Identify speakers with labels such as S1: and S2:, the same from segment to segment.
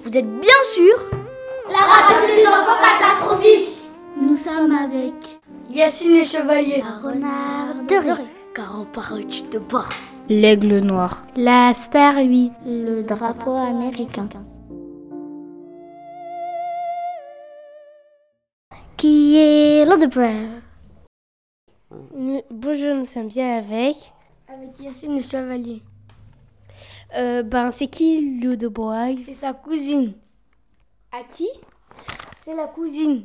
S1: Vous êtes bien sûr
S2: La radio des enfants catastrophiques
S3: Nous sommes avec
S4: Yacine et Chevalier,
S3: un renard
S1: Doré, car on parle de bord.
S5: L'aigle noir.
S6: La Star 8.
S3: le drapeau américain.
S1: Qui est l'Odebrer
S6: Bonjour, nous sommes bien avec.
S4: avec Yacine et Chevalier.
S6: Euh, ben, c'est qui l'eau de bois
S4: C'est sa cousine.
S6: À qui
S4: C'est la cousine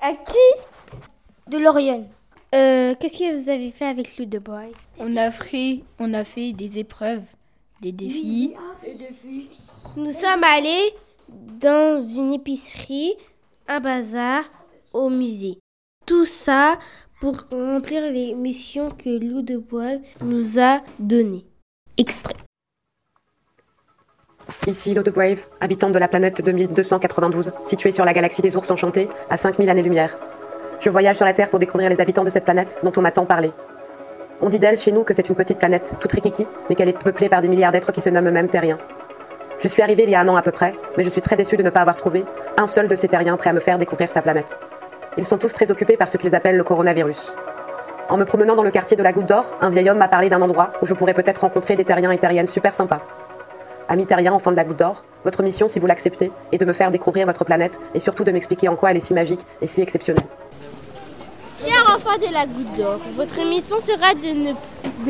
S6: À qui
S4: de Lauriane.
S6: euh, Qu'est-ce que vous avez fait avec l'eau de bois
S5: On a fait, on a fait des épreuves, des défis.
S6: Nous sommes allés dans une épicerie, un bazar, au musée. Tout ça pour remplir les missions que Lou de Bois nous a données. Extrait.
S7: Ici Lotte Wave, habitant de la planète 2292, située sur la galaxie des ours enchantés, à 5000 années-lumière. Je voyage sur la Terre pour découvrir les habitants de cette planète dont on m'a tant parlé. On dit d'elle chez nous que c'est une petite planète, toute rikiki, mais qu'elle est peuplée par des milliards d'êtres qui se nomment même terriens. Je suis arrivé il y a un an à peu près, mais je suis très déçu de ne pas avoir trouvé un seul de ces terriens prêt à me faire découvrir sa planète. Ils sont tous très occupés par ce qu'ils appellent le coronavirus. En me promenant dans le quartier de la Goutte d'Or, un vieil homme m'a parlé d'un endroit où je pourrais peut-être rencontrer des terriens et terriennes super sympas. Amis terriens, enfants de la goutte d'or, votre mission, si vous l'acceptez, est de me faire découvrir votre planète et surtout de m'expliquer en quoi elle est si magique et si exceptionnelle.
S6: Chers enfants de la Goutte d'Or, votre mission sera de, ne-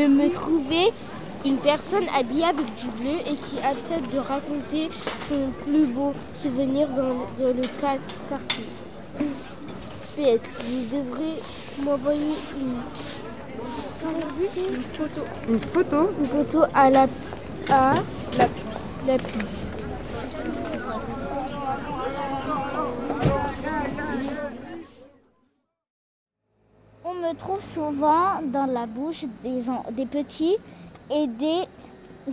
S6: de me trouver une personne habillée avec du bleu et qui a tête de raconter son plus beau souvenir dans, dans le quart- quartier. PS, vous devrez m'envoyer une, une photo. Une photo Une photo à la à la La pub.
S3: On me trouve souvent dans la bouche des, en- des petits et des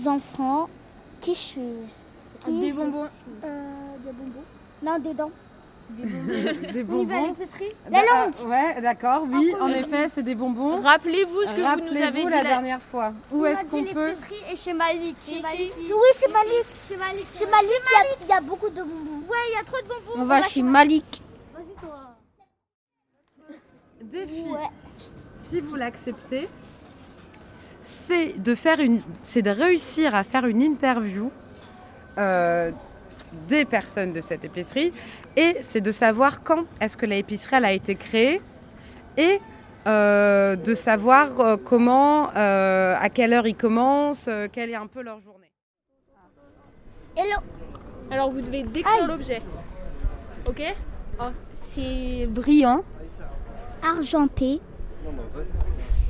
S3: enfants qui je suis. Qui
S8: Des
S3: je
S8: bonbons.
S3: suis. Non, des dents.
S8: Des bonbons.
S3: La
S8: Bah, ah, ouais, d'accord, oui, en effet, c'est des bonbons.
S9: Rappelez-vous ce que vous nous avez
S8: Rappelez-vous
S9: dit
S8: la dernière fois. Où est-ce qu'on peut
S2: et chez Malik.
S3: Oui, c'est Malik. C'est Malik. il y a- il y, a beaucoup de bonbons. Ouais, il y a trop de bonbons.
S5: On va chez Malik.
S8: Des filles,
S3: Ouais.
S8: si vous l'acceptez, c'est de faire une, c'est de réussir à faire une interview euh, des personnes de cette épicerie, et c'est de savoir quand est-ce que la épicerie elle a été créée, et euh, de savoir euh, comment, euh, à quelle heure ils commencent, euh, quelle est un peu leur journée.
S3: Hello.
S9: Alors vous devez décrire l'objet. Ok
S10: C'est brillant
S3: Argenté.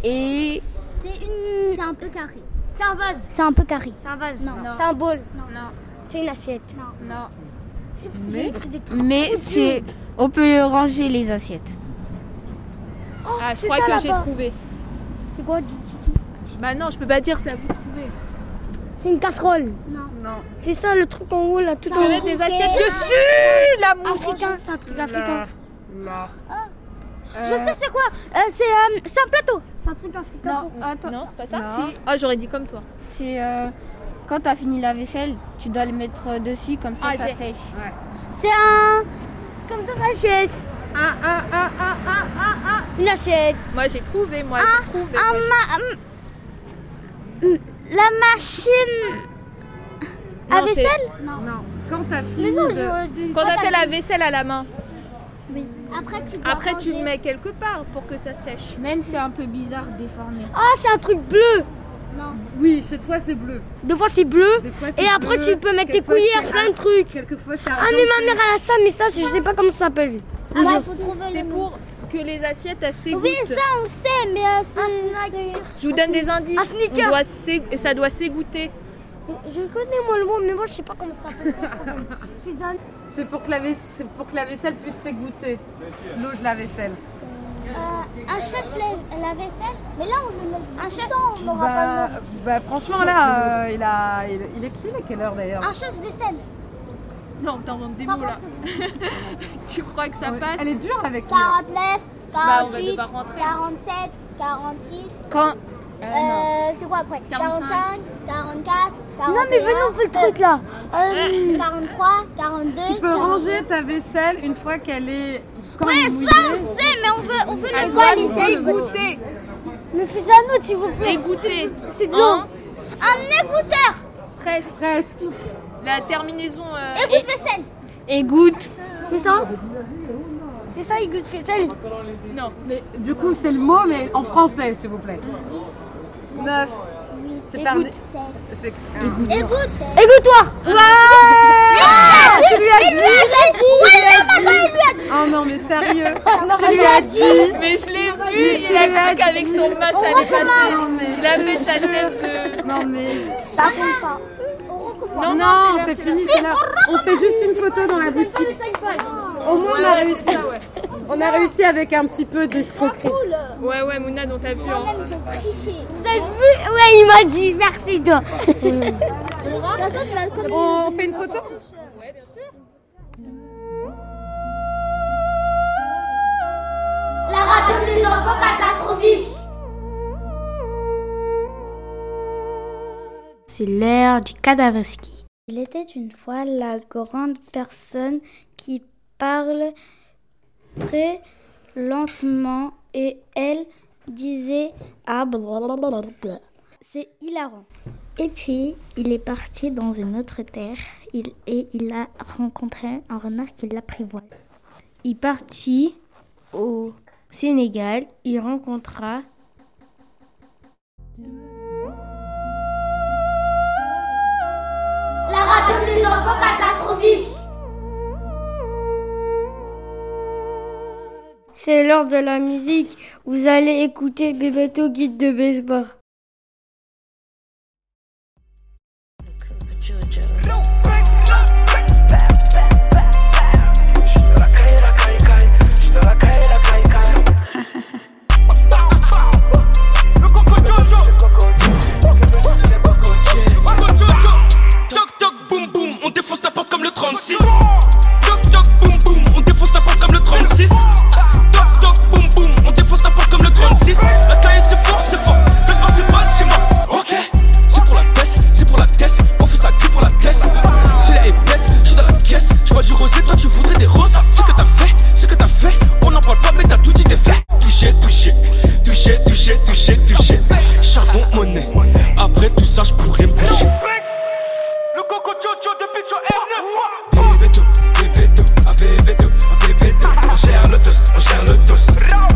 S10: et
S3: C'est une. C'est un peu carré.
S2: C'est un vase.
S3: C'est un peu carré.
S2: C'est un vase.
S3: Non.
S10: Non.
S2: C'est un bol.
S10: non,
S2: C'est une assiette.
S10: non.
S8: Mais
S10: Mais c'est on peut ranger les assiettes.
S2: Oh,
S9: Ah, je crois que j'ai trouvé.
S2: C'est quoi
S9: Bah non, je peux pas dire ça. Vous trouvez.
S2: C'est une casserole.
S8: non.
S2: C'est ça le truc en haut là, tout en haut.
S9: Mettre des assiettes dessus, la mousse.
S2: Africain, c'est un truc africain.
S3: Je sais c'est quoi Euh, C'est euh, c'est un plateau.
S2: C'est un truc africain.
S10: Non, attends,
S9: Non, c'est pas ça.
S10: Non.
S9: Ah, j'aurais dit comme toi.
S10: c'est euh, quand t'as fini la vaisselle, tu dois le mettre dessus comme ça
S9: Ah,
S10: ça
S9: j'ai-
S10: sèche.
S3: C'est un.
S2: Comme ça, ça achète.
S3: Une assiette.
S9: Moi, Ah, j'ai trouvé. Moi, j'ai trouvé. moi, j'ai-
S3: La machine. à
S9: Non, c'est-
S3: vaisselle
S8: Non. Quand t'as fini de-
S9: Quand t'as fait la vaisselle à la main,
S3: Après, tu dois
S9: après tu
S3: ranger.
S9: le mets quelque part pour que ça sèche.
S10: Même c'est un peu bizarre déformé.
S2: Ah, c'est un truc bleu.
S8: Oui, chez toi c'est bleu.
S2: Des fois, c'est bleu.
S8: Des fois, c'est
S2: Et après,
S8: bleu.
S2: tu peux mettre tes
S8: Quelquefois,
S2: cuillères,
S8: c'est
S2: plein de trucs.
S8: Quelquefois, c'est
S2: Ah, mais ma mère, elle a ça, mais ça, je sais pas comment ça s'appelle.
S3: Ah, bah, faut trouver
S9: C'est
S3: le nom.
S9: pour que les assiettes elles s'égouttent.
S3: Oui, ça on le sait, mais euh, c'est.
S9: Je vous donne des indices.
S2: Un sneaker.
S9: On doit s'ég- ça doit s'égoutter.
S2: Je connais moi le mot, mais moi, je sais pas comment ça s'appelle. ça, le problème. C'est un-
S8: C'est pour, que la vais- c'est pour que la vaisselle puisse s'égoutter. Bah, L'eau de la vaisselle.
S3: Un chasse la, la vaisselle Mais là, on le met. Un chasse. on n'aura pas
S8: Bah, bah, franchement, là, euh, il, a, il, il est il est quelle heure d'ailleurs
S3: le
S2: Ah,
S3: nom. Un chasse vaisselle.
S9: Non, t'inventes des mots là.
S3: 50
S9: Tu crois que ça
S8: Ouais.
S9: passe
S8: Elle est dure avec lui. hein.
S3: 49,
S9: Bah, on va
S3: 48,
S9: devoir rentrer.
S3: 47, 46.
S10: Quand
S3: euh, c'est quoi après 45,
S9: 45,
S11: 44, 41.
S2: Non, mais venez, on fait le truc là.
S11: Euh, 43, 42.
S8: Tu peux ranger ta vaisselle une fois qu'elle est. Quand
S11: ouais,
S8: elle est
S11: ça on sait, mais on veut, on veut
S9: Elle
S11: le
S9: doit
S11: goûter.
S9: se goûter.
S2: Mais fais ça à nous, s'il vous plaît.
S9: Dégoûter.
S2: C'est de l'eau.
S9: hein?
S11: Un égoutteur.
S9: Presque.
S8: Presque.
S9: La terminaison. euh,
S11: Égout de vaisselle.
S5: Égoutte.
S2: C'est ça C'est ça, il goûte vaisselle.
S9: Non.
S8: Mais du coup, c'est le mot, mais en français, s'il vous plaît. 10, 9, c'est par. C'est
S11: Égout.
S2: Égoute-toi.
S8: Tu lui as dit Oh non, mais sérieux Tu lui as dit
S9: Mais je l'ai
S8: Mais
S9: vu,
S8: tu
S9: il a
S8: l'as
S9: cru qu'avec
S8: dit.
S9: son masque, ça allait passer. Il avait sa tête de.
S8: Non, mais.
S11: On recommence.
S8: Non, non, c'est fini, c'est là. On fait juste une photo dans la boutique. Au moins, on a
S9: Ouais, ouais, c'est
S8: réussi.
S9: ça, ouais. Ah,
S8: On a réussi avec un petit peu d'escroquerie.
S9: Ouais, ouais, Mouna, dont t'as vu. hein.
S11: Ils ont triché.
S2: Vous avez vu Ouais, il m'a dit merci toi.
S11: De toute façon, tu vas le connaître.
S8: On fait une photo
S11: La raton des enfants catastrophique.
S1: C'est l'ère du Kadavreski.
S3: Il était une fois la grande personne qui parle très lentement et elle disait ah blablabla. C'est hilarant. Et puis il est parti dans une autre terre il, et il a rencontré un renard qui l'apprivoise.
S5: Il partit au Sénégal. Il rencontra
S11: La raton des enfants catastrophique.
S2: C'est l'heure de la musique. Vous allez écouter Bébéto guide de baseball.
S12: Toc toc boum boum, on défonce ta porte comme le 36. Toc toc boum boum, on défonce ta porte comme le 36. Toc toc boum boum, on défonce ta porte comme le 36. La taille c'est fort, c'est fort. Laisse passer pas chez moi. Ok, c'est pour la caisse, c'est pour la caisse. On fait ça que pour la caisse. C'est la épaisse, je suis dans la caisse. Je vois du rosé, toi tu voudrais des roses. C'est que t'as fait, c'est que t'as fait. On n'en parle pas, mais t'as tout dit, t'es fait. Touché, touché, touché, touché, touché, touché. Charbon, monnaie. Après tout ça, je pourrais me coucher. Le coco chocho de Picho R9 Bébéto, bébéto, ah bébéto, ah bébéto On gère le tos, on gère le tos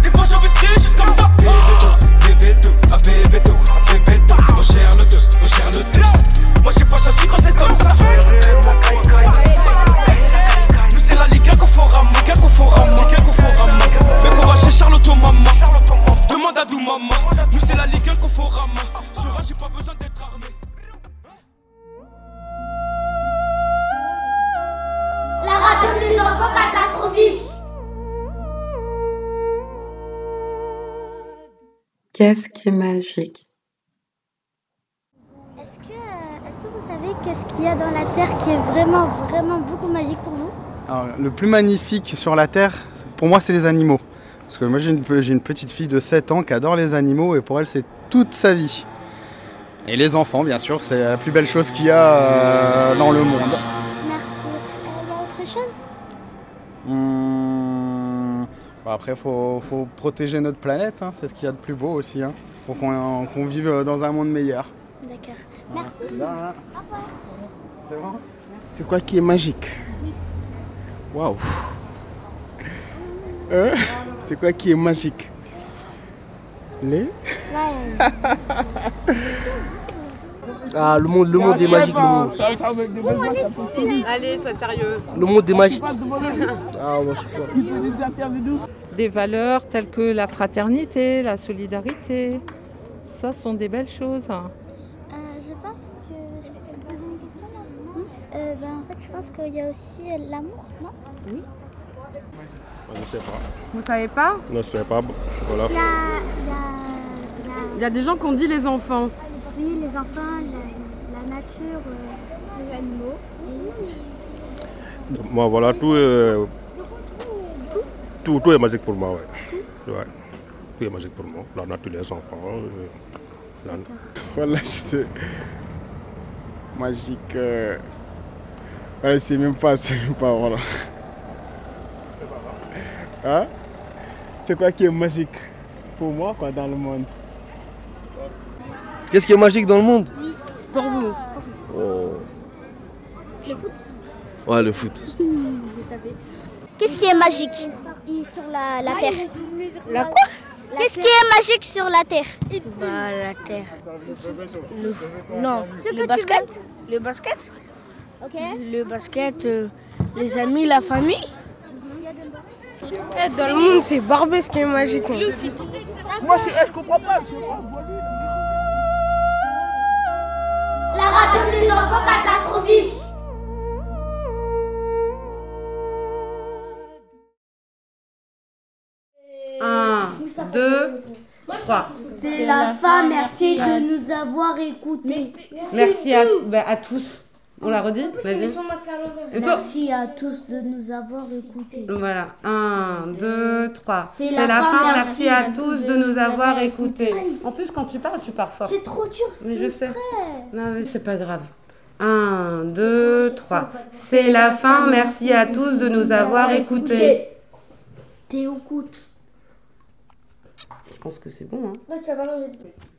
S12: Des fois j'ai envie de crier juste comme ça Bébéto, bébéto, ah bébéto, ah bébéto On gère le tos, on gère le tos Moi j'ai pas choisi quand c'est comme ça Nous c'est la Ligue 1 qu'on fera, Ligue 1 qu'on fera, Ligue 1 qu'on fera Mais qu'on va chez Charlotte au maman Demande à Doumama Nous c'est la Ligue 1 qu'on fera, Sur un j'ai pas besoin d'être armé
S11: La raton des enfants catastrophique.
S13: Qu'est-ce qui est magique
S3: Est-ce que, euh, est-ce que vous savez qu'est-ce qu'il y a dans la terre qui est vraiment vraiment beaucoup magique pour vous
S14: Alors, le plus magnifique sur la Terre, pour moi, c'est les animaux. Parce que moi, j'ai une, pe- j'ai une petite fille de 7 ans qui adore les animaux et pour elle, c'est toute sa vie. Et les enfants, bien sûr, c'est la plus belle chose qu'il y a euh, dans le monde.
S3: Merci. Euh, Il y a autre chose
S14: Hmm. Hum, bah après, il faut, faut protéger notre planète, hein, c'est ce qu'il y a de plus beau aussi. hein, pour qu'on qu'on vive euh, dans un monde meilleur.
S3: D'accord.
S14: Voilà.
S3: Merci.
S14: De rien. C'est bon
S15: C'est quoi qui est magique Waouh Hein C'est quoi qui est magique Les Ah, le monde, le monde est magique, le monde.
S8: Allez, sois sérieux.
S15: Le monde est magique.
S8: Ah, moi,
S16: Des valeurs telles que la fraternité, la solidarité, ça sont des belles choses.
S3: Euh, je pense que je peux te poser une question là, sinon Euh, ben, En fait, je pense qu'il y a aussi euh, l'amour, non Oui.
S17: Je ne sais pas.
S8: Vous savez pas
S17: Je ne sais pas. Voilà.
S8: Il y a des gens qui ont dit les enfants.
S3: Oui, les enfants, la, la nature, euh, les animaux.
S17: Moi, voilà, tout, euh, tout, tout est magique pour moi. Ouais. Ouais. Tout est magique pour moi. La nature, les enfants. euh, la-
S15: Voilà, je sais.
S12: magique. Euh... Ouais, c'est même pas, c'est même pas, voilà. Hein C'est quoi qui est magique pour moi, quoi, dans le monde
S18: Qu'est-ce qui est magique dans le monde
S6: Oui.
S8: Pour vous
S18: Oh.
S6: Le foot
S18: Ouais, le foot.
S6: Je savais. Qu'est-ce qui est magique Ah, sur la, la Terre
S3: La quoi
S6: Qu'est-ce qui est magique sur la Terre
S3: Bah, la terre.
S6: Le-
S3: Non.
S6: Ce
S3: le
S6: que tu
S3: basket Le basket
S6: Ok.
S3: Le basket, euh, les amis, la famille.
S19: Dans le monde, c'est Barbès qui est magique. hein.
S20: Moi, je comprends pas. La radio des enfants catastrophiques.
S8: Un, deux, trois.
S3: C'est la fin, merci de nous avoir écoutés.
S8: Merci à, bah, à tous. On la redit Vas-y. Et toi
S3: Merci à tous de nous avoir écoutés.
S8: Voilà. Un, deux, trois.
S3: C'est
S8: C'est
S3: la
S8: la,
S3: fin,
S8: fin.
S3: merci
S8: Merci à
S3: de-
S8: tous
S3: de
S8: de nous
S3: nous
S8: avoir
S3: avoir
S8: écoutés. En plus, quand tu parles, tu pars fort.
S3: C'est trop dur.
S8: Mais
S3: tu
S8: je
S3: me
S8: sais.
S3: stresses.
S8: Non, mais c'est pas grave. Un, deux, trois. C'est la fin. Merci à tous de nous avoir écoutés.
S3: T'es au coude.
S8: Je pense que c'est bon. Hein.
S3: Non, tu vas manger de